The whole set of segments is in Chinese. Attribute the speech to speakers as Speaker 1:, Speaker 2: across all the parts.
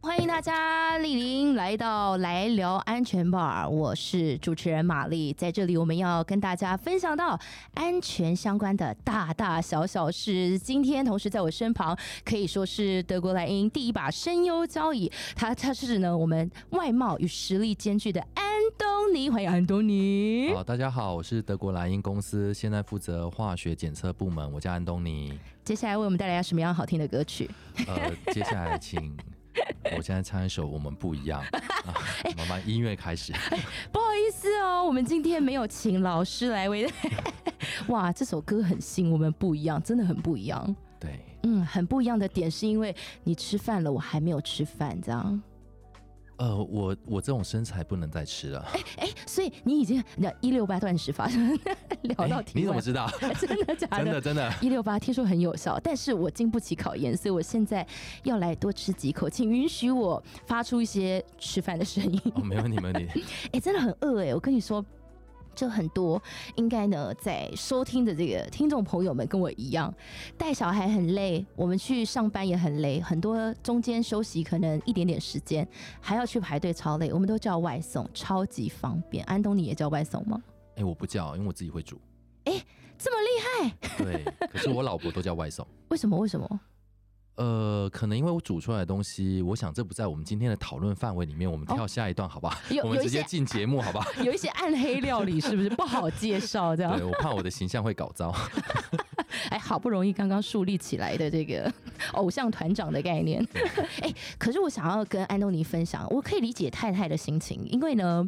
Speaker 1: 欢迎大家莅临来到来聊安全 bar，我是主持人玛丽，在这里我们要跟大家分享到安全相关的大大小小事。今天同时在我身旁可以说是德国莱茵第一把声优交椅，他他是呢我们外貌与实力兼具的安东尼，欢迎安东尼。
Speaker 2: 好，大家好，我是德国莱茵公司，现在负责化学检测部门，我叫安东 尼。
Speaker 1: 接下来为我们带来什么样好听的歌曲？
Speaker 2: 呃，接下来请我现在唱一首《我们 不一样》啊，麻烦音乐开始。
Speaker 1: 不好意思哦，我们今天没有请老师来为。 哇，这首歌很新，我们不一样，真的很不一样。
Speaker 2: 对，
Speaker 1: 嗯，很不一样的点是因为你吃饭了，我还没有吃饭，这样。
Speaker 2: 呃，我我这种身材不能再吃了。
Speaker 1: 哎，所以你已经那一六八断食法 聊到
Speaker 2: 哎
Speaker 1: 题外、
Speaker 2: 你怎么知道？
Speaker 1: 真的假
Speaker 2: 真的真的，
Speaker 1: 一六八听说很有效，但是我经不起考验，所以我现在要来多吃几口，请允许我发出一些吃饭的声音。
Speaker 2: 哦，没问题没问题。
Speaker 1: 哎、真的很饿哎、我跟你说。这很多应该呢，在收听的这个听众朋友们跟我一样，带小孩很累，我们去上班也很累，很多中间休息可能一点点时间，还要去排队超累，我们都叫外送，超级方便。安东尼也叫外送吗？
Speaker 2: 哎、我不叫，因为我自己会煮。
Speaker 1: 这么厉害？
Speaker 2: 对，可是我老婆都叫外送。
Speaker 1: 为什么？为什么？
Speaker 2: 呃，可能因为我煮出来的东西，我想这不在我们今天的讨论范围里面，我们跳下一段好不好？
Speaker 1: 哦有
Speaker 2: 我们
Speaker 1: 有一
Speaker 2: 直接
Speaker 1: 些
Speaker 2: 进节目 好不好？
Speaker 1: 有一些暗黑料理是不是不好介绍？这样
Speaker 2: 对，我怕我的形象会搞糟。
Speaker 1: 哎，好不容易刚刚树立起来的这个 偶像团长的概念， 哎，可是我想要跟安东尼分享，我可以理解太太的心情，因为呢，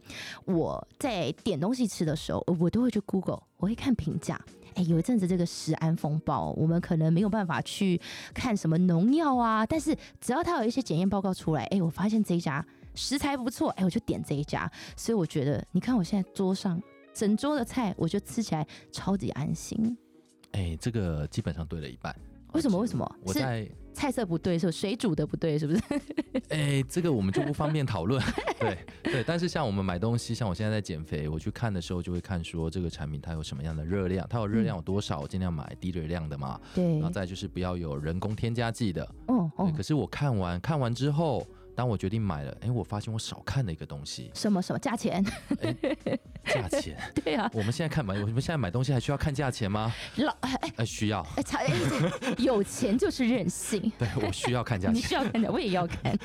Speaker 1: 我在点东西吃的时候，我都会去 Google，我会看评价。哎，有一阵子这个食安风暴，我们可能没有办法去看什么农药啊，但是只要它有一些检验报告出来，哎，我发现这一家食材不错，哎，我就点这一家。所以我觉得，你看我现在桌上整桌的菜，我就吃起来超级安心。
Speaker 2: 哎、这个基本上对了一半。
Speaker 1: 为什么？为什么？
Speaker 2: 我
Speaker 1: 是
Speaker 2: 在
Speaker 1: 菜色不对，是不是水煮的不对，是不是？
Speaker 2: 哎、这个我们就不方 便讨论。对对，但是像我们买东西，像我现在在减肥，我去看的时候就会看说这个产品它有什么样的热量，它有热量有多少，我尽量买低热量的嘛。
Speaker 1: 对
Speaker 2: 然后再就是不要有人工添加剂的。
Speaker 1: 哦
Speaker 2: 对，
Speaker 1: 嗯哦，，
Speaker 2: 可是我看完看完之后，当我决定买了，哎、我发现我少看了一个东西
Speaker 1: 什么什么价 钱？
Speaker 2: 价钱。
Speaker 1: 对啊，
Speaker 2: 我们现在看买，我们现在买东西还需要看价 钱吗？
Speaker 1: 老哎哎
Speaker 2: 哎、需要。
Speaker 1: 哎，差哎这有钱就是任性。
Speaker 2: 对，我需要看价
Speaker 1: 你
Speaker 2: 钱。
Speaker 1: 需要看的，我也要 看。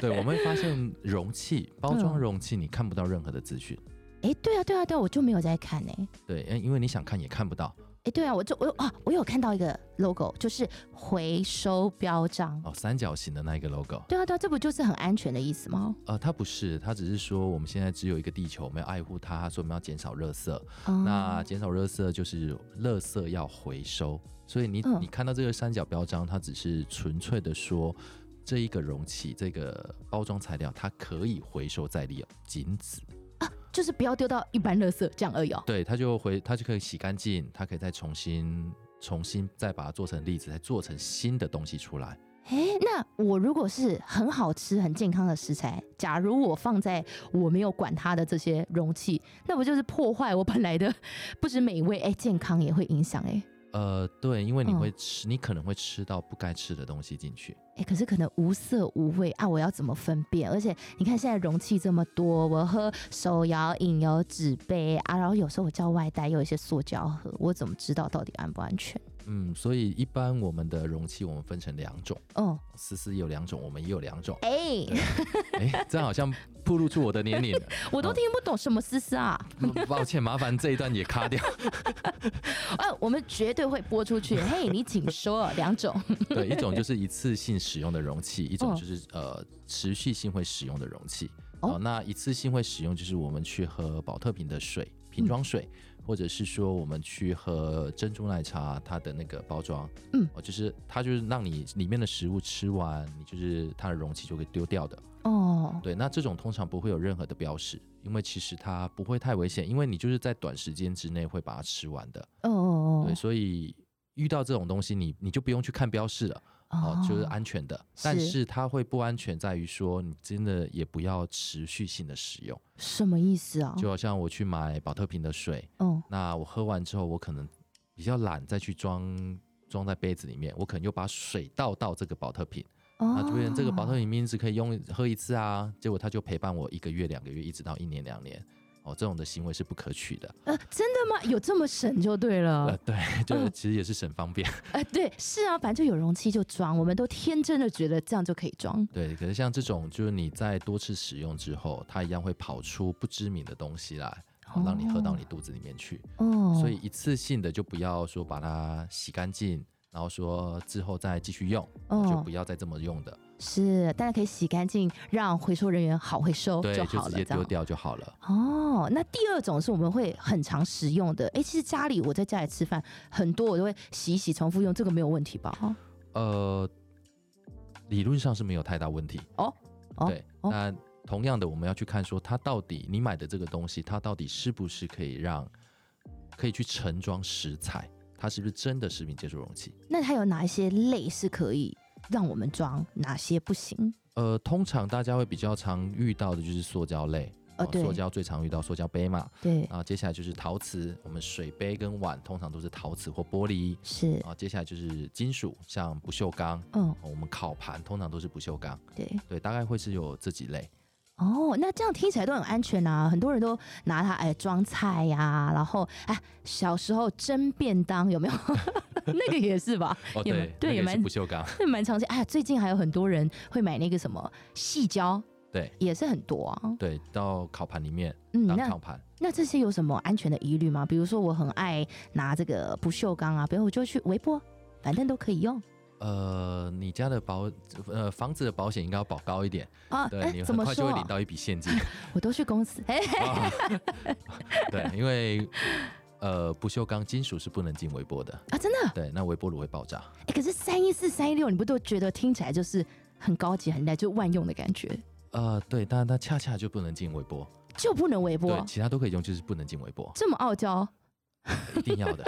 Speaker 2: 对，我们会发现容器包装
Speaker 1: 嗯
Speaker 2: 容器你看不到任何的资讯。
Speaker 1: 哎，对啊，对啊，对啊，我就没有在看呢、
Speaker 2: 对，哎因为你想看也看不到。
Speaker 1: 哎，对啊，我就我有啊，我有看到一个 logo，就是回收标章。
Speaker 2: 哦，三角形的那一个 logo，
Speaker 1: 对啊，对啊，这不就是很安全的意思吗？
Speaker 2: 呃，它不是，它只是说我们现在只有一个地球，我们要爱护它，所以我们要减少垃圾。
Speaker 1: 哦
Speaker 2: 嗯那减少垃圾就是垃圾要回收，所以你、
Speaker 1: 嗯
Speaker 2: 你看到这个三角标章，它只是纯粹的说。这一个容器，这个包装材料，它可以回收再利用，仅此。
Speaker 1: 就是不要丢到一般垃圾这样而已、哦。
Speaker 2: 对，它就回，它就可以洗干净，它可以再重新、重新再把它做成粒子，再做成新的东西出来。
Speaker 1: 哎，那我如果是很好吃、很健康的食材，假如我放在我没有管它的这些容器，那不就是破坏我本来的不止美味，哎，健康也会影响哎。
Speaker 2: 呃，对，因为你
Speaker 1: 嗯
Speaker 2: 会吃，你可能会吃到不该吃的东西进去。
Speaker 1: 哎，可是可能无色无味啊，我要怎么分辨？而且你看现在容器这么多，我喝手摇饮有纸杯啊，然后有时候我叫外带又有一些塑胶盒，我怎么知道到底安不安全？
Speaker 2: 嗯，所以一般我们的容器我们分成两种，
Speaker 1: 哦，。
Speaker 2: 思思有两种，我们也有两种
Speaker 1: 哎，
Speaker 2: 哎、这好像暴露出我的年龄了。
Speaker 1: 我都听不懂什么思思啊！
Speaker 2: 嗯抱歉，麻烦这一段也卡掉。
Speaker 1: 哎，我们绝对会播出去。嘿，你请说两种。
Speaker 2: 对，一种就是一次性使用的容器，一种
Speaker 1: 嗯
Speaker 2: 就是、呃持续性会使用的容器。
Speaker 1: 哦
Speaker 2: 好、那一次性会使用就是我们去喝保特瓶的水，
Speaker 1: 嗯
Speaker 2: 瓶装水，或者是说我们去喝珍珠奶茶它的那个包装，
Speaker 1: 嗯
Speaker 2: 哦，就是它就是让你里面的食物吃完，你就是它的容器就可以丢掉的。
Speaker 1: 哦，
Speaker 2: 对，那这种通常不会有任何的标识，因为其实它不会太危险，因为你就是在短时间之内会把它吃完的。
Speaker 1: 哦哦
Speaker 2: 对，所以遇到这种东西你，你就不用去看标示了，
Speaker 1: 哦，
Speaker 2: 哦、就是安全的。但
Speaker 1: 是
Speaker 2: 是它会不安全，在于说你真的也不要持续性的使用。
Speaker 1: 什么意思啊？
Speaker 2: 就好像我去买保特瓶的水，
Speaker 1: 哦
Speaker 2: 那我喝完之后，我可能比较懒，再去装装在杯子里面，我可能又把水倒到这个保特瓶，啊，就变成这个保
Speaker 1: 哦
Speaker 2: 特瓶瓶子可以用喝一次啊，结果他就陪伴我一个月、两个月，一直到一年、两年。哦，这种的行为是不可取的。
Speaker 1: 呃，真的吗？有这么省就对了。
Speaker 2: 呃，对，就是
Speaker 1: 嗯
Speaker 2: 其实也是省方便。
Speaker 1: 呃，对，是啊，反正就有容器就装，我们都天真的觉得这样就可以装。
Speaker 2: 对，可是像这种，就是你在多次使用之后，它一样会跑出不知名的东西来，哦让你喝到你肚子里面去。
Speaker 1: 哦，
Speaker 2: 所以一次性的就不要说把它洗干净，然后说之后再继续用，就
Speaker 1: 哦
Speaker 2: 不要再这么用的。
Speaker 1: 是，大家可以洗干净，让回收人员好回收
Speaker 2: 对，就
Speaker 1: 哦好
Speaker 2: 直
Speaker 1: 了，
Speaker 2: 接
Speaker 1: 这
Speaker 2: 丢
Speaker 1: 样。
Speaker 2: 掉就好了。
Speaker 1: 哦，那第二种是我们会很常使用的。哎，其实家里我在家里吃饭，很多我都会洗一洗，重复用，这个没有问题吧？哦
Speaker 2: 呃，理论上是没有太大问题。
Speaker 1: 哦，哦
Speaker 2: 对，
Speaker 1: 哦
Speaker 2: 那同样的，我们要去看说它到底你买的这个东西，它到底是不是可以让可以去盛装食材，它是不是真的食品接触容器？
Speaker 1: 那它有哪一些类是可以让我们装，哪些不行？
Speaker 2: 呃，通常大家会比较常遇到的就是塑胶类，
Speaker 1: 呃
Speaker 2: 哦
Speaker 1: 对
Speaker 2: 塑胶最常遇到塑胶杯嘛，啊
Speaker 1: 对，
Speaker 2: 然后接下来就是陶瓷，我们水杯跟碗通常都是陶瓷或玻璃，
Speaker 1: 是
Speaker 2: 然，后接下来就是金属，像不锈钢，
Speaker 1: 嗯，
Speaker 2: 哦我们烤盘通常都是不锈钢，
Speaker 1: 对。
Speaker 2: 对，大概会是有这几类。
Speaker 1: 哦，那这样听起来都很安全啊！很多人都拿它哎装菜呀、然后哎小时候蒸便当有没有？ 那个也是吧，
Speaker 2: 哦，
Speaker 1: 也蛮
Speaker 2: 对，
Speaker 1: 对
Speaker 2: 那个
Speaker 1: 也
Speaker 2: 也
Speaker 1: 蛮
Speaker 2: 是不锈钢，
Speaker 1: 那蛮常见。哎呀，最近还有很多人会买那个什么细胶，
Speaker 2: 对
Speaker 1: 也是很多啊。
Speaker 2: 对，到烤盘里面
Speaker 1: 嗯，
Speaker 2: 当
Speaker 1: 那
Speaker 2: 烤盘，
Speaker 1: 那这些有什么安全的疑虑吗？比如说我很爱拿这个不锈钢啊，比如我就去微波，反正都可以用
Speaker 2: 呃，你家的保呃房子的保险应该要保高一点，
Speaker 1: 啊。
Speaker 2: 对
Speaker 1: 哎，
Speaker 2: 你
Speaker 1: 怎
Speaker 2: 很
Speaker 1: 么
Speaker 2: 快就
Speaker 1: 说
Speaker 2: 会？领到一笔现金。
Speaker 1: 我都去公司，哎，
Speaker 2: 啊 对，因为呃不锈钢金属是不能进微波的，
Speaker 1: 啊，真的，
Speaker 2: 对，那微波炉会爆炸。
Speaker 1: 哎，可是三一四、三一六，你不都觉得听起来就是很高级、很厉害，就万用的感觉？
Speaker 2: 呃，对，但它恰恰就不能进微波，
Speaker 1: 就不能微
Speaker 2: 对
Speaker 1: 波，，，
Speaker 2: 其他都可以用，就是不能进微波
Speaker 1: 这么傲娇，
Speaker 2: 一定 要的。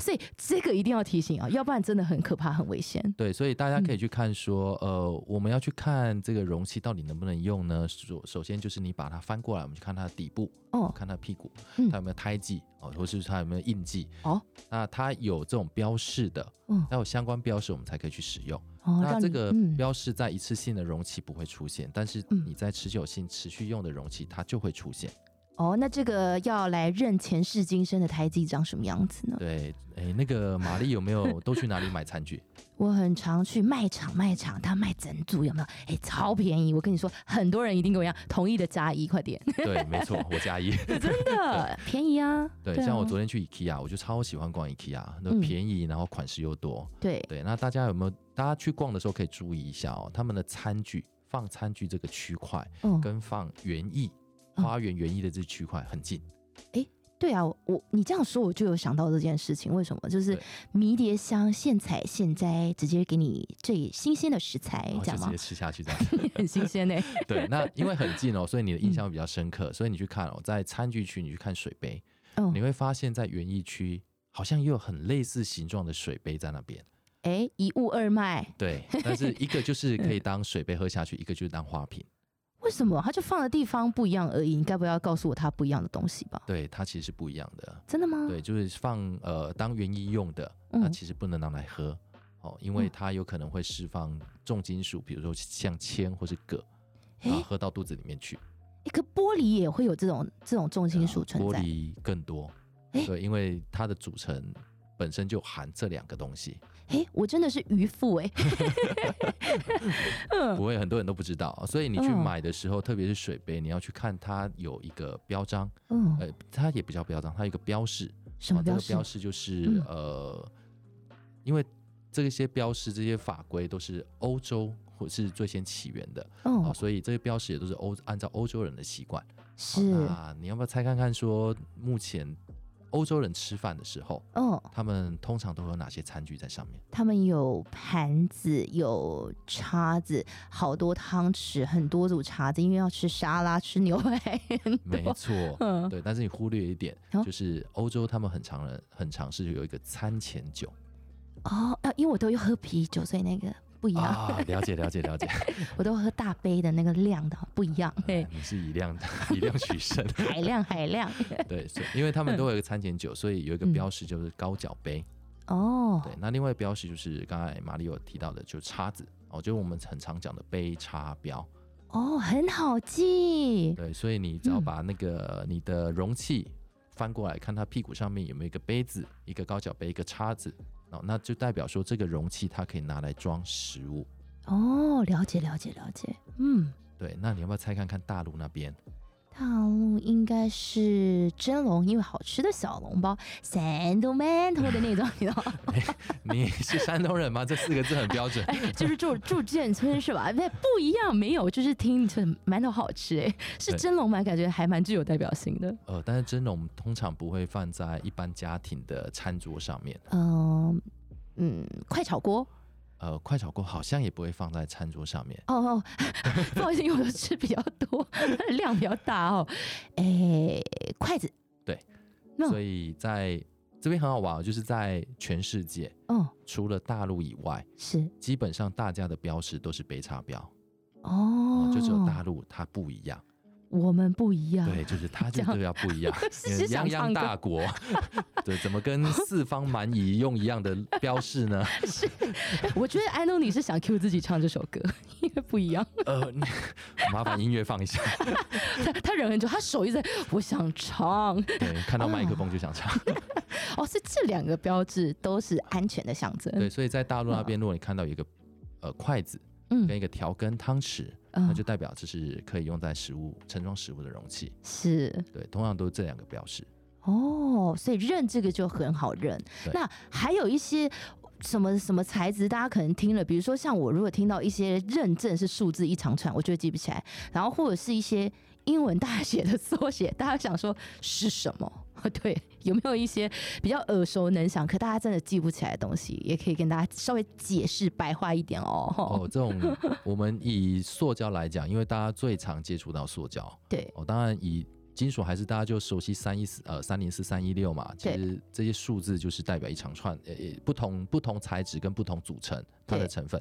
Speaker 1: 所以这个一定要提醒啊，要不然真的很可怕、很危险。
Speaker 2: 对，所以大家
Speaker 1: 嗯
Speaker 2: 可以去看说，呃，我们要去看这个容器到底能不能用呢？首首先就是你把它翻过来，我们去看它的底部，
Speaker 1: 哦
Speaker 2: 看它的屁股，
Speaker 1: 嗯
Speaker 2: 它有没有胎记哦，或是它有没有印记
Speaker 1: 哦。
Speaker 2: 那它有这种标示的，
Speaker 1: 嗯
Speaker 2: 它有相关标示，我们才可以去使用。
Speaker 1: 哦，
Speaker 2: 那
Speaker 1: 让
Speaker 2: 这
Speaker 1: 你
Speaker 2: 个
Speaker 1: 嗯
Speaker 2: 标示在一次性的容器不会出现，但是
Speaker 1: 嗯
Speaker 2: 你在持久性持续用的容器，它就会出现。
Speaker 1: 哦，那这个要来认前世今生的胎记长什么样子呢？
Speaker 2: 对，哎，那个玛丽有没有都去哪里买餐具？
Speaker 1: 我很常去卖场，卖场他卖整组有没有？哎，超便宜！我跟你说，很多人一定跟我一样，同意的加一，快点，
Speaker 2: 对，没错，我加一。
Speaker 1: 真的 便宜啊！
Speaker 2: 对，
Speaker 1: 啊
Speaker 2: 像我昨天去 IKEA，我就超喜欢逛 IKEA，那
Speaker 1: 嗯
Speaker 2: 便宜，然后款式又多。
Speaker 1: 对
Speaker 2: 对，那大家有没有？大家去逛的时候可以注意一下哦，他们的餐具放餐具这个区块
Speaker 1: 嗯
Speaker 2: 跟放园艺。
Speaker 1: 嗯
Speaker 2: 花园园艺的这区块很近，
Speaker 1: 对啊，我你这样说我就有想到这件事情，为什么？就是
Speaker 2: 对
Speaker 1: 迷迭香现采现摘，直接给你最新鲜的食材
Speaker 2: 然，后
Speaker 1: 这
Speaker 2: 就
Speaker 1: 样
Speaker 2: 直
Speaker 1: 吗
Speaker 2: 接？吃下去这样。
Speaker 1: 很新鲜呢、
Speaker 2: 对，那因为很近哦，所以你的印象会比较深刻。所以你去看哦，在餐具区你去看水杯，
Speaker 1: 嗯
Speaker 2: 你会发现在园艺区好像也有很类似形状的水杯在那边。
Speaker 1: 哎，一物二卖，
Speaker 2: 对，但是一个就是可以当水杯喝下去，一个就是当花瓶。
Speaker 1: 为什么？它就放的地方不一样而已。你该不要告诉我它不一样的东西吧？
Speaker 2: 对，它其实是不一样的。
Speaker 1: 真的吗？
Speaker 2: 对，就是放呃当园艺用的，那
Speaker 1: 嗯
Speaker 2: 其实不能拿来喝。哦，因为它有可能会释放重金属，比如说像铅或是铬，然后
Speaker 1: 哎，
Speaker 2: 喝到肚子里面去。
Speaker 1: 一颗玻璃也会有这种这种重金属存
Speaker 2: 啊玻
Speaker 1: 在。
Speaker 2: 璃更多，
Speaker 1: 诶
Speaker 2: 对，因为它的组成本身就含这两个东西，
Speaker 1: 哎，我真的是渔夫哎、
Speaker 2: 不会很多人都不知道，所以你去
Speaker 1: 嗯
Speaker 2: 买的时候，特别是水杯，你要去看它有一个标章，
Speaker 1: 嗯，
Speaker 2: 呃，它也不叫标章，它有一个标示，
Speaker 1: 什么
Speaker 2: 啊这
Speaker 1: 标
Speaker 2: 个
Speaker 1: 识？
Speaker 2: 标示就是、
Speaker 1: 嗯
Speaker 2: 呃，因为这些标示、这些法规都是欧洲或是最先起源的啊、
Speaker 1: 嗯，
Speaker 2: 所以这些标识也都是欧按照欧洲人的习惯。好
Speaker 1: 是，
Speaker 2: 那你要不要猜看看说，目前欧洲人吃饭的时候？
Speaker 1: 嗯，
Speaker 2: 他们通常都有哪些餐具在上面？
Speaker 1: 他们有盘子，有叉子，好多汤匙，很多组叉子，因为要吃沙拉、吃牛排，很
Speaker 2: 没
Speaker 1: 多。
Speaker 2: 错，
Speaker 1: 嗯，
Speaker 2: 对，但是你忽略一点
Speaker 1: 哦，
Speaker 2: 就是欧洲他们很常人很常是有一个餐前酒
Speaker 1: 哦，啊，因为我都有喝啤酒，所以那个不一样。
Speaker 2: 啊，了解了解了解，
Speaker 1: 我都喝大杯的那个量的不一样，
Speaker 2: 哎
Speaker 1: 对，
Speaker 2: 你是以量 以量 取胜，
Speaker 1: 海量海量， 嗯
Speaker 2: 对，所以因为他们都有一个餐前酒，所以有一个标识就是高脚杯，
Speaker 1: 哦
Speaker 2: 对，，那另外标识就是刚才马里有提到的，就是叉子哦，就是我们很常讲的杯叉标。
Speaker 1: 哦，很好记，
Speaker 2: 对，所以你只要把那个你的容器翻过来看，它屁股上面有没有一个杯子、一个高脚杯、一个叉子，哦，那就代表说这个容器它可以拿来装食物。
Speaker 1: 哦，了解了解了解，嗯，
Speaker 2: 对，那你要不要猜看看大陆那边？
Speaker 1: 大陆应该是蒸笼，因为好吃的小笼 包，sandman 的那种，你知道吗？
Speaker 2: 你是山东人吗？这四个字很标准。
Speaker 1: 就是住住眷村是吧？那不一样，没有，就是听这馒头好吃哎、是
Speaker 2: 对
Speaker 1: 蒸笼嘛，感觉还蛮具有代表性的。
Speaker 2: 呃，但是蒸笼通常不会放在一般家庭的餐桌上面，
Speaker 1: 嗯嗯，快炒锅
Speaker 2: 呃，快炒锅好像也不会放在餐桌上面。
Speaker 1: 哦哦， 不好意思，因为我都吃比较多， 量比较大哦。哎、筷子那
Speaker 2: 所以在这边很好玩哦，就是在全世界
Speaker 1: 哦
Speaker 2: 除了大陆以外，
Speaker 1: 是
Speaker 2: 基本上大家的标识都是杯叉标，
Speaker 1: 哦
Speaker 2: 哦，就只有大陆它不一样。
Speaker 1: 我们不一样，
Speaker 2: 对，就是它就
Speaker 1: 这样，
Speaker 2: 是要不一样
Speaker 1: 是
Speaker 2: 因为
Speaker 1: 想
Speaker 2: 泱
Speaker 1: 唱歌
Speaker 2: 泱大 国，对，怎么跟四方蛮夷用一样的标示呢？
Speaker 1: 是，我觉得安东尼是想 cue 自己唱这首歌，因为不一样。
Speaker 2: 呃，你麻烦音乐放一下。
Speaker 1: 他他忍很久，他手一直在，我想唱。
Speaker 2: 对，看到麦克风就想唱。
Speaker 1: 哦，所以这两个标志都是安全的象征。
Speaker 2: 对，，所以在大陆那边，如果你看到有一个呃筷子
Speaker 1: 嗯
Speaker 2: 跟一个调羹汤匙，
Speaker 1: 嗯
Speaker 2: 那就代表这是可以用在食物盛装食物的容器。
Speaker 1: 是
Speaker 2: 对，通常都是这两个标识。
Speaker 1: 哦，所以认这个就很好认。
Speaker 2: 对
Speaker 1: 那还有一些什么什么材质，大家可能听了，比如说像我，如果听到一些认证是数字一长串，我就会记不起来，然后或者是一些英文大写的缩写，大家想说是什么？ 对，有没有一些比较耳熟能详，可大家真的记不起来的东西，也可以跟大家稍微解释白话一点哦。
Speaker 2: 哦，这种我们以塑胶来讲，因为大家最常接触到塑胶。
Speaker 1: 对，
Speaker 2: 哦，当然以金属还是大家就熟悉三一四呃三零四三一六嘛，其
Speaker 1: 对
Speaker 2: 实这些数字就是代表一长串呃呃不同不同材质跟不同组成它
Speaker 1: 对
Speaker 2: 的成分。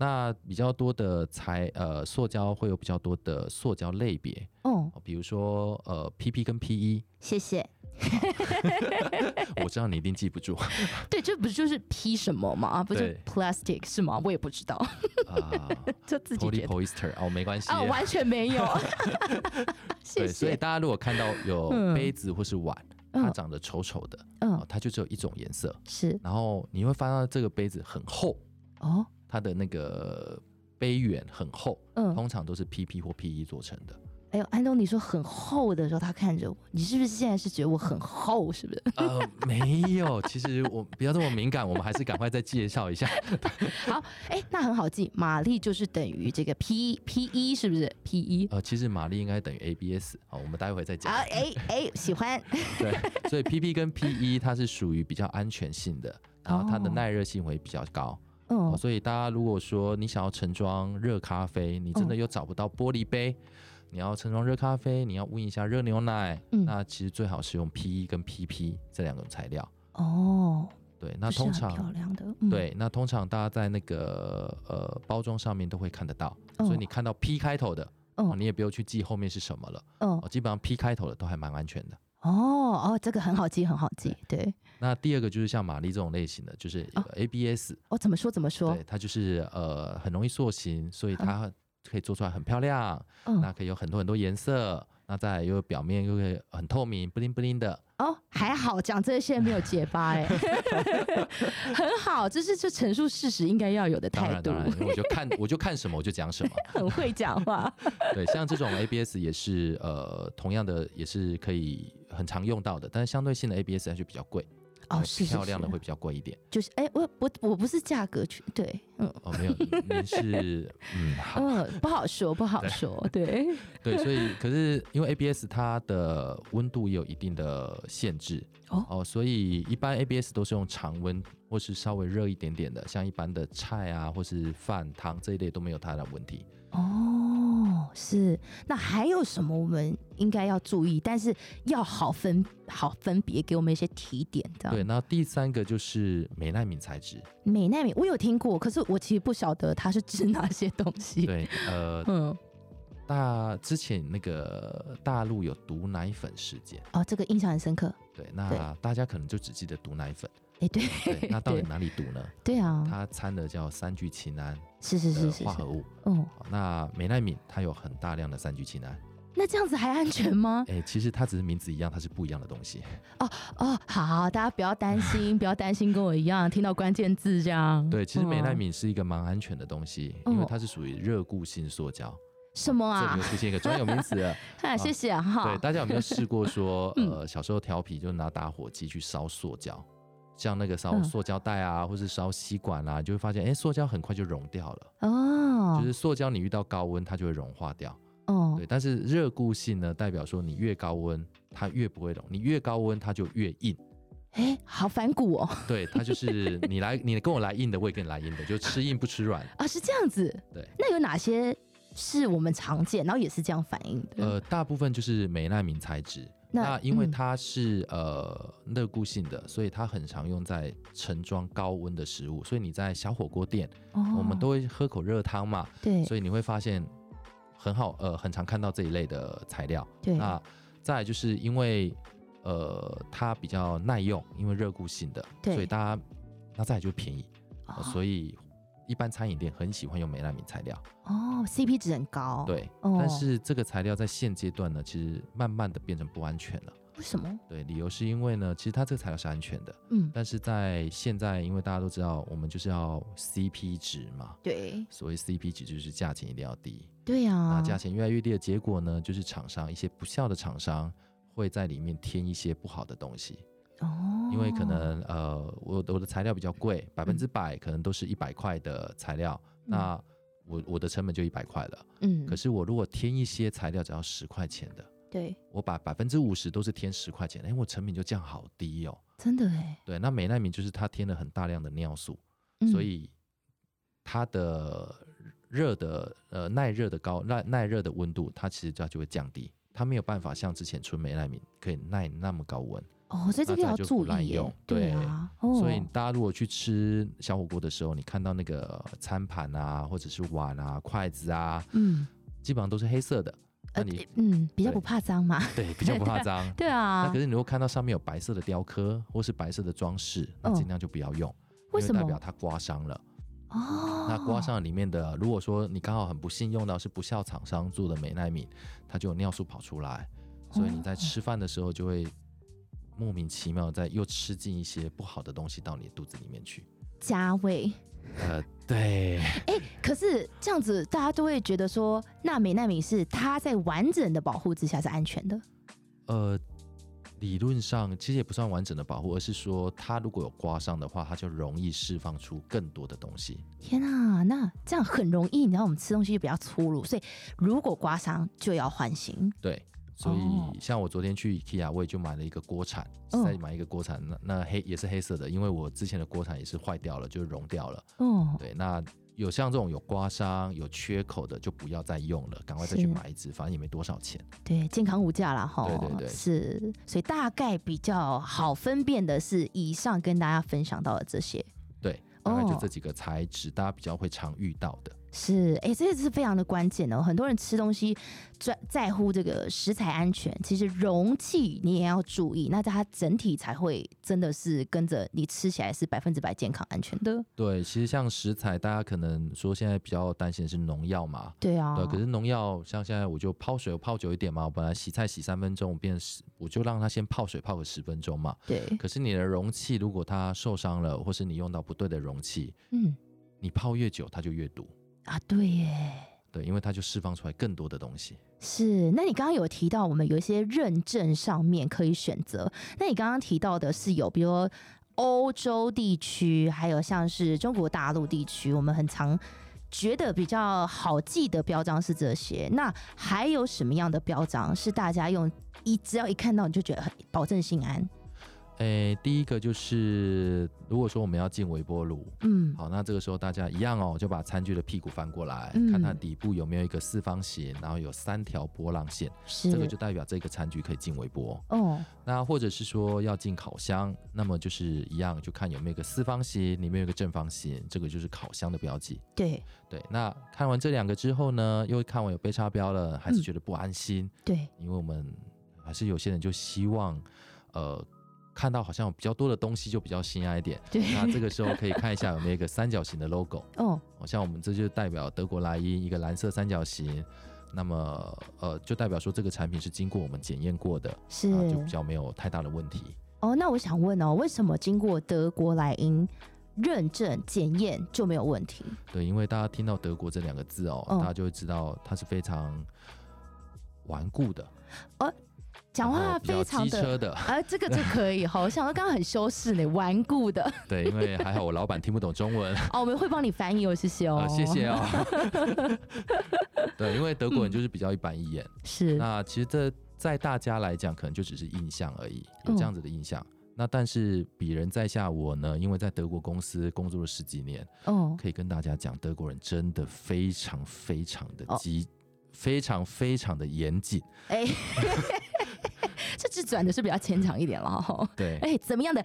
Speaker 2: 那比较多的材呃塑胶会有比较多的塑胶类别，
Speaker 1: 哦，
Speaker 2: 哦比如说呃 PP 跟 PE，
Speaker 1: 谢谢。哎
Speaker 2: 我知道你一定记 不住啊、
Speaker 1: 对，这不就是 P 什么吗？啊，不是
Speaker 2: 对
Speaker 1: plastic 是吗？我也不知道， 就自
Speaker 2: p
Speaker 1: 己
Speaker 2: o l y
Speaker 1: 觉得
Speaker 2: p o e s t e r 哦没关系。
Speaker 1: 啊，完全没 有。谢
Speaker 2: 对，所以
Speaker 1: 谢。
Speaker 2: 大家如果看到有
Speaker 1: 嗯
Speaker 2: 杯子或是碗，它
Speaker 1: 嗯
Speaker 2: 长得丑丑的，哦
Speaker 1: 嗯，，
Speaker 2: 它就只有一种颜色，
Speaker 1: 是
Speaker 2: 然后你会发现这个杯子很厚，
Speaker 1: 哦，
Speaker 2: 它的那个杯缘很厚，
Speaker 1: 嗯，
Speaker 2: 通常都是 PP 或 PE 做成的。
Speaker 1: 哎呦，安东尼说很厚的时候，他看着我，你是不是现在是觉得我很厚？是不是？
Speaker 2: 呃，没有，其实我不要这么敏感，我们还是赶快再介绍一 下。
Speaker 1: 哎，那很好记，马力就是等于这个 P P 一，是不是 P 一？
Speaker 2: 呃，其实马力应该等于 ABS，好，我们待会再讲
Speaker 1: 啊。，哎哎，喜欢，
Speaker 2: 对，所以 PP 跟 PE 它是属于比较安全性的，然后它的
Speaker 1: 哦
Speaker 2: 耐热性会比较高。哦，
Speaker 1: 嗯，
Speaker 2: 所以大家如果说你想要盛装热咖啡，你真的
Speaker 1: 嗯
Speaker 2: 又找不到玻璃杯，你要盛装热咖啡，你要问一下热牛奶，
Speaker 1: 嗯
Speaker 2: 那其实最好是用 PE 跟 PP 这两种材料。
Speaker 1: 哦，
Speaker 2: 对，那
Speaker 1: 就是
Speaker 2: 通
Speaker 1: 很
Speaker 2: 常
Speaker 1: 漂亮的，嗯，
Speaker 2: 对，那通常大家在那个呃包装上面都会看得到，
Speaker 1: 嗯，
Speaker 2: 所以你看到 P 开头的，
Speaker 1: 嗯
Speaker 2: 哦，你也不用去记后面是什么了，
Speaker 1: 嗯，
Speaker 2: 哦，基本上 P 开头的都还蛮安全的。
Speaker 1: 哦哦，这个很好记，很好记，对，
Speaker 2: 那第二个就是像玛丽这种类型的，就是
Speaker 1: 哦
Speaker 2: ABS，、
Speaker 1: 我怎么说怎么说
Speaker 2: 对，，它就是呃很容易塑形，所以
Speaker 1: 嗯
Speaker 2: 它可以做出来很漂亮，
Speaker 1: 嗯，
Speaker 2: 那可以有很多很多颜色，那再来又表面又可以很透明，不灵不灵的。
Speaker 1: 哦，还好讲这些没有结巴哎、 很好，这是就陈述事实应该要有的
Speaker 2: 当
Speaker 1: 态
Speaker 2: 然
Speaker 1: 度
Speaker 2: 当，然，我就看我就看什么我就讲什么。
Speaker 1: 很会讲话。
Speaker 2: 对，像这种 ABS 也是呃同样的也是可以很常用到的，但是相对性的 ABS 它就比较贵，
Speaker 1: 哦，
Speaker 2: 呃
Speaker 1: 是是
Speaker 2: 漂亮的
Speaker 1: 是
Speaker 2: 会比较贵一点。
Speaker 1: 就是哎、我我我不是价格去对，嗯
Speaker 2: 哦，没有，您是嗯好。
Speaker 1: 嗯，不好说，不好说，对，
Speaker 2: 对，所以可是因为 ABS 它的温度也有一定的限制
Speaker 1: 哦
Speaker 2: 哦所以一般 ABS 都是用常温或是稍微热一点点的，像一般的菜啊或是饭汤这一类都没有太大的问题。
Speaker 1: 哦，是。那还有什么我们应该要注意，但是要好分好分别给我们一些提点，这样
Speaker 2: 对，那第三个就是美耐敏材质，
Speaker 1: 美奈美，我有听过，可是我其实不晓得它是指哪些东西。
Speaker 2: 对，呃，
Speaker 1: 嗯，
Speaker 2: 大之前那个大陆有毒奶粉事件，
Speaker 1: 哦，这个印象很深刻。
Speaker 2: 对，那大家可能就只记得毒 奶粉，
Speaker 1: 哎，对
Speaker 2: 对，那到底哪里毒呢？
Speaker 1: 对啊，
Speaker 2: 它掺的叫三聚氰胺
Speaker 1: 是是是
Speaker 2: 的
Speaker 1: 是
Speaker 2: 化
Speaker 1: 是
Speaker 2: 合，物。
Speaker 1: 嗯，
Speaker 2: 好那美奈敏它有很大量的三聚氰胺，
Speaker 1: 那这样子还安全吗？
Speaker 2: 哎、其实它只是名字一样，它是不一样的东西。
Speaker 1: 哦，好，大家不要担心，不要担心，跟我一样听到关键字这样。
Speaker 2: 对，其实美奈
Speaker 1: 嗯
Speaker 2: 敏是一个蛮安全的东西，因为
Speaker 1: 哦
Speaker 2: 它是属于热固性塑胶。
Speaker 1: 什么
Speaker 2: 这里
Speaker 1: 啊
Speaker 2: 又？出现一个专有名词了。
Speaker 1: 哈谢谢啊哈
Speaker 2: 对，。大家有没有试 过说，呃，
Speaker 1: 嗯
Speaker 2: 小时候调皮就拿打火机去烧塑胶，像那个烧
Speaker 1: 嗯
Speaker 2: 塑胶袋啊，或是烧吸管啊，就会发现，哎、塑胶很快就融掉了。
Speaker 1: 哦
Speaker 2: 就是塑胶你遇到高温，它就会融化掉。
Speaker 1: 哦
Speaker 2: 对，但是热固性呢，代表说你越高温，它越不会融，你越高温它就越硬。
Speaker 1: 哎，好反骨哦
Speaker 2: 对，它就是你来，你跟我来硬的，我也跟你来硬的，就吃硬不吃软。
Speaker 1: 啊，是这样子。
Speaker 2: 对，
Speaker 1: 那有哪些是我们常见，然后也是这样反应的？
Speaker 2: 呃，大部分就是美难民材质。
Speaker 1: 那
Speaker 2: 那因为
Speaker 1: 嗯
Speaker 2: 它是、呃热固性的，所以它很常用在盛装高温的食物，所以你在小火锅店，我们
Speaker 1: 哦
Speaker 2: 都会喝口热汤嘛，
Speaker 1: 对
Speaker 2: 所以你会发现很好呃很常看到这一类的材料。
Speaker 1: 对
Speaker 2: 那再来就是因为呃它比较耐用，因为热固性的，
Speaker 1: 对
Speaker 2: 所以大家那再来就便宜，呃
Speaker 1: 哦
Speaker 2: 所以一般餐饮店很喜欢用美纳米材料，
Speaker 1: 哦，CP 值很高。，
Speaker 2: 对。
Speaker 1: 哦
Speaker 2: 但是这个材料在现阶段呢，其实慢慢的变成不安全了。
Speaker 1: 为什么？
Speaker 2: 对，理由是因为呢，其实它这个材料是安全的，
Speaker 1: 嗯，
Speaker 2: 但是在现在，因为大家都知道，我们就是要 CP 值嘛，
Speaker 1: 对
Speaker 2: 所谓 CP 值就是价钱一定要低。
Speaker 1: 对啊
Speaker 2: 那，价钱越来越低的结果呢，就是厂商一些不孝的厂商会在里面添一些不好的东西，
Speaker 1: 哦，
Speaker 2: 因为可能呃，我的我的材料比较贵，百分之百可能都是一百块的材料，那我我的成本就一百块了。
Speaker 1: 嗯，
Speaker 2: 可是我如果添一些材料只要十块钱的，
Speaker 1: 对，
Speaker 2: 我把百分之五十都是添十块钱，哎，我成本就降好低哦。
Speaker 1: 真的哎，
Speaker 2: 对，那美奈敏就是它添了很大量的尿素，
Speaker 1: 嗯
Speaker 2: 所以它的热的呃耐热的高耐耐热的温度，它其实它就会降低，它没有办法像之前纯美奈敏可以耐那么高温。
Speaker 1: 哦，所以这
Speaker 2: 那
Speaker 1: 个
Speaker 2: 再
Speaker 1: 要
Speaker 2: 就
Speaker 1: 注
Speaker 2: 不滥
Speaker 1: 意耶
Speaker 2: 用，对
Speaker 1: 啊，哦，
Speaker 2: 所以大家如果去吃小火锅的时候，你看到那个餐盘啊，或者是碗啊、筷子啊，
Speaker 1: 嗯，
Speaker 2: 基本上都是黑色的，那
Speaker 1: 呃
Speaker 2: 你、
Speaker 1: 嗯比较
Speaker 2: 对
Speaker 1: 不怕脏 嘛，
Speaker 2: 对比较不怕脏。
Speaker 1: 对
Speaker 2: 那
Speaker 1: 啊
Speaker 2: 可，是你如果看到上面有白色的雕刻或是白色的装饰，那
Speaker 1: 嗯
Speaker 2: 尽量就不要用，
Speaker 1: 为
Speaker 2: 因
Speaker 1: 什
Speaker 2: 为代
Speaker 1: 么
Speaker 2: 表它刮伤了。
Speaker 1: 哦，
Speaker 2: 那刮伤里面的，如果说你刚好很不幸用到是不孝厂商做的美奈敏，它就有尿素跑出来，所以你在吃饭的时候就会莫名其妙在又吃进一些不好的东西到你的肚子里面去。
Speaker 1: 加味。
Speaker 2: 呃，对，
Speaker 1: 可是这样子，大家都会觉得说，纳美纳米是它在完整的保护之下是安全的。
Speaker 2: 呃，理论上其实也不算完整的保护，而是说它如果有刮伤的话，它就容易释放出更多的东西。
Speaker 1: 天啊，那这样很容易，你知道我们吃东西就比较粗鲁，所以如果刮伤就要换新。
Speaker 2: 对，所
Speaker 1: 哦
Speaker 2: 以像我昨天去 IKEA，我也就买了一个锅铲，
Speaker 1: 嗯
Speaker 2: 再买一个锅铲，那那黑也是黑色的，因为我之前的锅铲也是坏掉了，就是融掉了。
Speaker 1: 哦，
Speaker 2: 对，那有像这种有刮伤、有缺口的，就不要再用了，赶快再去
Speaker 1: 是
Speaker 2: 买一只，反正也没多少钱。
Speaker 1: 对，健康无价啦，哈，
Speaker 2: 对对对
Speaker 1: 是，所以大概比较好分辨的是以上跟大家分享到的这些。
Speaker 2: 对，大概就
Speaker 1: 哦
Speaker 2: 这几个材质，大家比较会常遇到的。
Speaker 1: 是，哎、这个是非常的关键哦。很多人吃东西在在乎这个食材安全，其实容器你也要注意，那它整体才会真的是跟着你吃起来是百分之百健康安全的。
Speaker 2: 对，其实像食材，大家可能说现在比较担心的是农药嘛。
Speaker 1: 对啊，
Speaker 2: 对，可是农药像现在我就泡水我泡久一点嘛，我本来洗菜洗三分钟，我变十，我就让它先泡水泡个十分钟嘛。
Speaker 1: 对，
Speaker 2: 可是你的容器如果它受伤了，或是你用到不对的容器，
Speaker 1: 嗯
Speaker 2: 你泡越久它就越毒，
Speaker 1: 啊，对耶。
Speaker 2: 对，因为它就释放出来更多的东西。
Speaker 1: 是，那你刚刚有提到我们有一些认证上面可以选择，那你刚刚提到的是有，比如说欧洲地区，还有像是中国大陆地区，我们很常觉得比较好记的标章是这些。那还有什么样的标章是大家用一只要一看到你就觉得很保证心安？
Speaker 2: 诶，第一个就是如果说我们要进微波炉，
Speaker 1: 嗯
Speaker 2: 好，那这个时候大家一样哦，就把餐具的屁股翻过来，
Speaker 1: 嗯
Speaker 2: 看它底部有没有一个四方形，然后有三条波浪线，
Speaker 1: 是
Speaker 2: 这个就代表这个餐具可以进微波。
Speaker 1: 哦
Speaker 2: 那或者是说要进烤箱，那么就是一样，就看有没有一个四方形，里面有一个正方形，这个就是烤箱的标记。
Speaker 1: 对
Speaker 2: 对，那看完这两个之后呢，又看完有被插标了，还是
Speaker 1: 嗯
Speaker 2: 觉得不安心，
Speaker 1: 对
Speaker 2: 因为我们还是有些人就希望，呃，看到好像有比较多的东西就比较心安一点。
Speaker 1: 对
Speaker 2: 那这个时候可以看一下有没有一个三角形的 logo，
Speaker 1: 哦
Speaker 2: 好像我们这就代表德国莱茵一个蓝色三角形，那么呃就代表说这个产品是经过我们检验过的，
Speaker 1: 是
Speaker 2: 啊，就比较没有太大的问题。
Speaker 1: 哦。那我想问哦，为什么经过德国莱茵认证检验就没有问题？
Speaker 2: 对，因为大家听到德国这两个字哦，
Speaker 1: 嗯
Speaker 2: 大家就会知道它是非常顽固的，
Speaker 1: 讲
Speaker 2: 然
Speaker 1: 话
Speaker 2: 后比较
Speaker 1: 非常
Speaker 2: 哦机
Speaker 1: 的。
Speaker 2: 车的，
Speaker 1: 啊，这个就可以哈，我想到刚刚很修饰呢，顽固的
Speaker 2: 对，因为还好我老板听不懂中文，
Speaker 1: 哦，我们会帮你翻译哦，谢谢哦，
Speaker 2: 呃，谢谢哦。对，因为德国人就是比较一板一眼，
Speaker 1: 是
Speaker 2: 那其实这在大家来讲，可能就只是印象而已，有这样子的印象。那但是鄙人在下我呢，因为在德国公司工作了十几年，
Speaker 1: 哦，
Speaker 2: 可以跟大家讲，德国人真的非常非常的极，非常非常的严谨。
Speaker 1: 哎，这只转的是比较牵强一点了哈。
Speaker 2: 对，
Speaker 1: 哎，怎么样的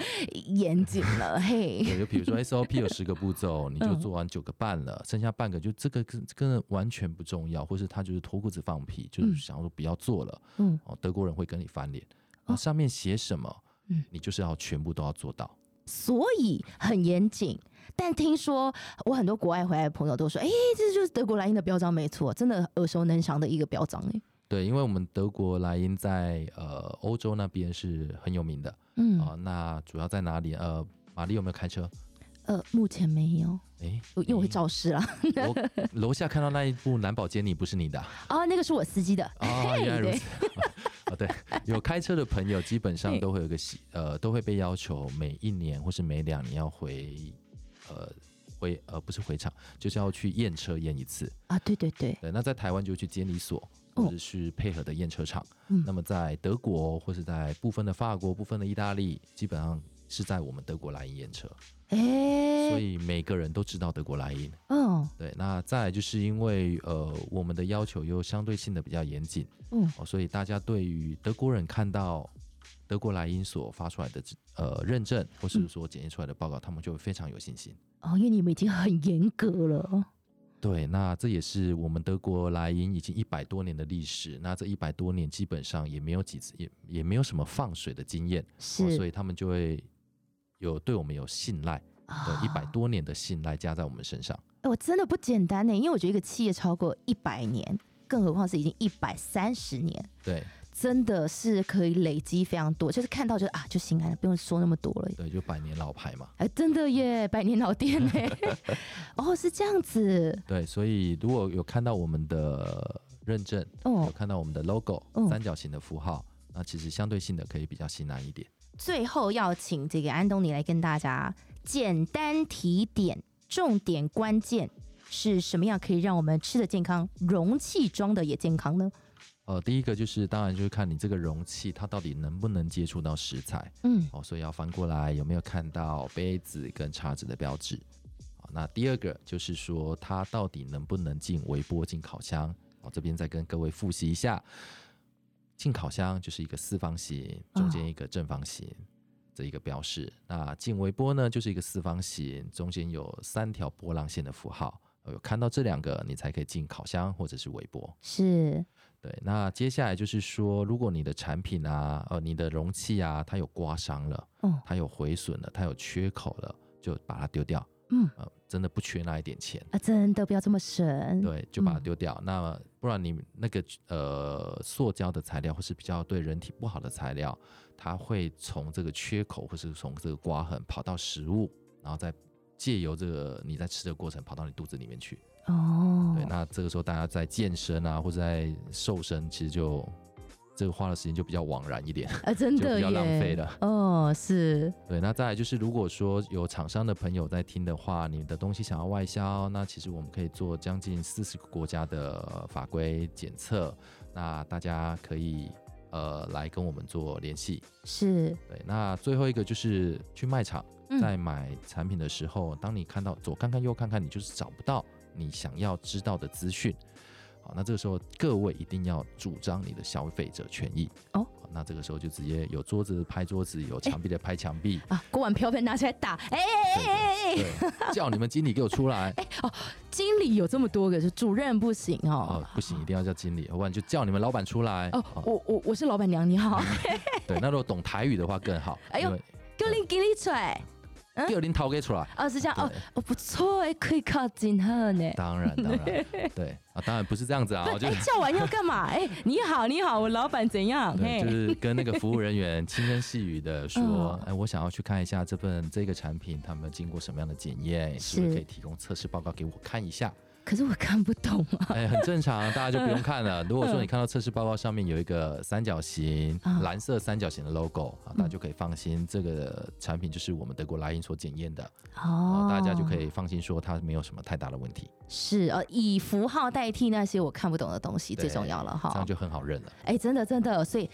Speaker 1: 严谨了？嘿，
Speaker 2: 对，就比如 说 SOP 有十个步骤，你就
Speaker 1: 嗯
Speaker 2: 做完九个半了，剩下半个就这个跟跟完全不重要，或是他就是脱裤子放屁，就是
Speaker 1: 嗯
Speaker 2: 想要说不要做了。
Speaker 1: 嗯，
Speaker 2: 哦，德国人会跟你翻脸，
Speaker 1: 哦
Speaker 2: 啊，上面写什么，
Speaker 1: 嗯
Speaker 2: 你就是要全部都要做到。
Speaker 1: 所以很严谨。但听说我很多国外回来的朋友都说，哎，这就是德国莱茵的标章，没错，真的耳熟能详的一个标章哎。
Speaker 2: 对，因为我们德国莱茵在呃欧洲那边是很有名的啊、
Speaker 1: 嗯，
Speaker 2: 那主要在哪里？呃，玛丽有没有开车？
Speaker 1: 呃，目前没有，
Speaker 2: 诶，
Speaker 1: 因为我会
Speaker 2: 诶
Speaker 1: 肇事啦。
Speaker 2: 嗯我楼下看到那一部蓝宝坚尼不是你的啊？
Speaker 1: 啊，那个是我司机的。
Speaker 2: 哦，原来如
Speaker 1: 对
Speaker 2: 此。哦，对，有开车的朋友基本上
Speaker 1: 嘿
Speaker 2: 都会有一个习，呃，都会被要求每一年或是每两年要回，呃，回呃不是回厂，就是要去验车验一次。
Speaker 1: 啊，对对对，
Speaker 2: 对，那在台湾就去监理所，
Speaker 1: 哦
Speaker 2: 或者是配合的验车厂。
Speaker 1: 嗯
Speaker 2: 那么在德国或是在部分的法国、部分的意大利，基本上是在我们德国莱茵验车，所
Speaker 1: 哎，
Speaker 2: 以每个人都知道德国莱茵。
Speaker 1: 嗯
Speaker 2: 对，那再来就是因为呃，我们的要求又相对性的比较严谨，
Speaker 1: 嗯，
Speaker 2: 哦，所以大家对于德国人看到德国莱茵所发出来的呃认证，或
Speaker 1: 嗯
Speaker 2: 是说检验出来的报告，他们就会非常有信心。
Speaker 1: 哦，因为你们已经很严格了。哦
Speaker 2: 对，那这也是我们德国莱茵已经一百多年的历史。那这一百多年基本上也没有几次，也也没有什么放水的经验，哦、
Speaker 1: 是，
Speaker 2: 所以他们就会有对我们有信赖，对一百
Speaker 1: 啊
Speaker 2: 多年的信赖加在我们身上。
Speaker 1: 哎我真的不简单呢，因为我觉得一个企业超过一百年，更何况是已经一百三十年，
Speaker 2: 对
Speaker 1: 真的是可以累积非常多，就是看到就啊就心安了，不用说那么多了。
Speaker 2: 对，就百年老牌嘛。
Speaker 1: 哎，真的耶，百年老店呢？ 哦，是这样子
Speaker 2: 对，所以如果有看到我们的认证，有
Speaker 1: 哦。
Speaker 2: 看到我们的 logo、
Speaker 1: 嗯
Speaker 2: 三角形的符号，那其实相对性的可以比较心安一点。
Speaker 1: 最后要请这个安东尼来跟大家简单提点，重点关键是什么样可以让我们吃的健康，容器装的也健康呢？
Speaker 2: 呃，第一个就是当然就是看你这个容器它到底能不能接触到食材。
Speaker 1: 嗯，
Speaker 2: 哦，所以要翻过来有没有看到杯子跟叉子的标志？好，那第二个就是说它到底能不能进微波进烤箱？哦，这边再跟各位复习一下，进烤箱就是一个四方形，中间一个正方形。这一个标示，那进微波呢，就是一个四方形，中间有三条波浪线的符号。呃有看到这两个，你才可以进烤箱或者是微波。
Speaker 1: 是
Speaker 2: 对，那接下来就是说，如果你的产品啊，呃，你的容器啊，它有刮伤了，
Speaker 1: 哦
Speaker 2: 它有毁损了，它有缺口了，就把它丢掉。
Speaker 1: 嗯，
Speaker 2: 呃，真的不缺那一点钱，
Speaker 1: 啊，真的不要这么神。
Speaker 2: 对，就把它
Speaker 1: 嗯
Speaker 2: 丢掉。那不然你那个呃，塑胶的材料或是比较对人体不好的材料，它会从这个缺口或是从这个刮痕跑到食物，然后再借由这个你在吃的过程跑到你肚子里面去。
Speaker 1: 哦，
Speaker 2: 对，那这个时候大家在健身啊，或者在瘦身，其实就这个花的时间就比较枉然一点。
Speaker 1: 啊，真
Speaker 2: 就
Speaker 1: 的
Speaker 2: 比
Speaker 1: 耶，
Speaker 2: 较浪费了
Speaker 1: 哦，是，
Speaker 2: 对，那再来就是，如果说有厂商的朋友在听的话，你的东西想要外销，那其实我们可以做将近四十个国家的法规检测，那大家可以呃来跟我们做联系。
Speaker 1: 是，
Speaker 2: 对，那最后一个就是去卖场，
Speaker 1: 嗯
Speaker 2: 在买产品的时候，当你看到左看看右看看，你就是找不到你想要知道的资讯。好，那这个时候各位一定要主张你的消费者权益
Speaker 1: 哦哎
Speaker 2: 好。那这个时候就直接有桌子拍桌子，有墙壁的拍墙壁，
Speaker 1: 啊，锅碗瓢盆拿出来打，哎哎哎哎哎哎，
Speaker 2: 对，叫你们经理给我出来。
Speaker 1: 经理有这么多个，就主任不行
Speaker 2: 哦
Speaker 1: 哦。，
Speaker 2: 不行，一定要叫经理，要不然就叫你们老板出来。
Speaker 1: 哦，我我我是老板娘，你好，
Speaker 2: 对，那如果懂台语的话更好。
Speaker 1: 哎呦
Speaker 2: 因为
Speaker 1: 给你给你拽，嗯
Speaker 2: 第二天逃给出来。
Speaker 1: 哦是这样哦
Speaker 2: 对
Speaker 1: 哦不错哎，可以靠近后呢。
Speaker 2: 当然，当 然，对啊，当然不是这样子啊，
Speaker 1: 不
Speaker 2: 我
Speaker 1: 是
Speaker 2: 就
Speaker 1: 哎，叫完要干 嘛？哎，你好你好，我老板怎样？
Speaker 2: 对，
Speaker 1: 嘿
Speaker 2: 就，是跟那个服务人员轻声细语的说
Speaker 1: 嗯，
Speaker 2: 哎，我想要去看一下这份这个产品，他们经过什么样的检验，是不
Speaker 1: 是
Speaker 2: 是可以提供测试报告给我看一下？
Speaker 1: 可是我看不懂啊。
Speaker 2: 哎，很正常，大家就不
Speaker 1: 嗯
Speaker 2: 用看了。如果说你看到测试报告上面有一个三角形
Speaker 1: 啊，
Speaker 2: 蓝色三角形的 logo 啊，
Speaker 1: 嗯
Speaker 2: 大家就可以放心，这个产品就是我们德国莱茵所检验的，
Speaker 1: 哦
Speaker 2: 啊，大家就可以放心说它没有什么太大的问题，
Speaker 1: 是呃，以符号代替那些我看不懂的东西，
Speaker 2: 对
Speaker 1: 最重要了
Speaker 2: 这
Speaker 1: 哈
Speaker 2: 样。就很好认了。
Speaker 1: 哎，真的真的，所以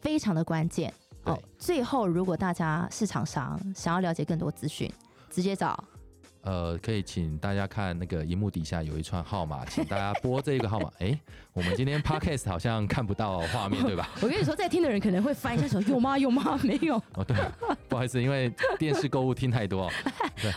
Speaker 1: 非常的关键。哦
Speaker 2: 对，
Speaker 1: 最后如果大家市场上想要了解更多资讯，直接 找
Speaker 2: 呃，可以请大家看那个荧幕底下有一串号码，请大家拨这个号码。哎、我们今天 podcast 好像看不到画面，对吧？
Speaker 1: 我跟你说，在听的人可能会翻一下手，有吗？有吗？没有。
Speaker 2: 哦，对，不好意思，因为电视购物听太多哦。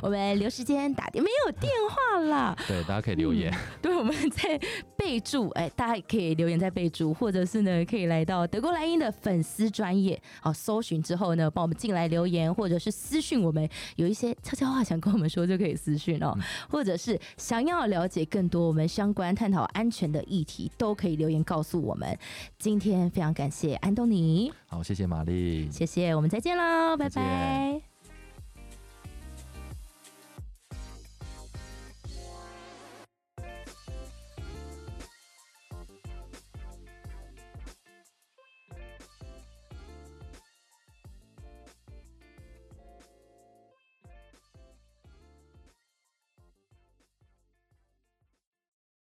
Speaker 1: 我们留时间打电，没有电话啦。
Speaker 2: 对，大家可以留言。
Speaker 1: 对，我们在备注，哎，大家也可以留言在备注，或者是呢，可以来到德国莱茵的粉丝专业，好、搜寻之后呢，帮我们进来留言，或者是私讯我们，有一些悄悄话想跟我们说，就可以私讯哦，或者是想要了解更多我们相关探讨安全的议题，都可以留言告诉我们。今天非常感谢安东尼，
Speaker 2: 好，谢谢玛丽。
Speaker 1: 谢谢，我们再见喽，拜
Speaker 2: 再见
Speaker 1: 拜。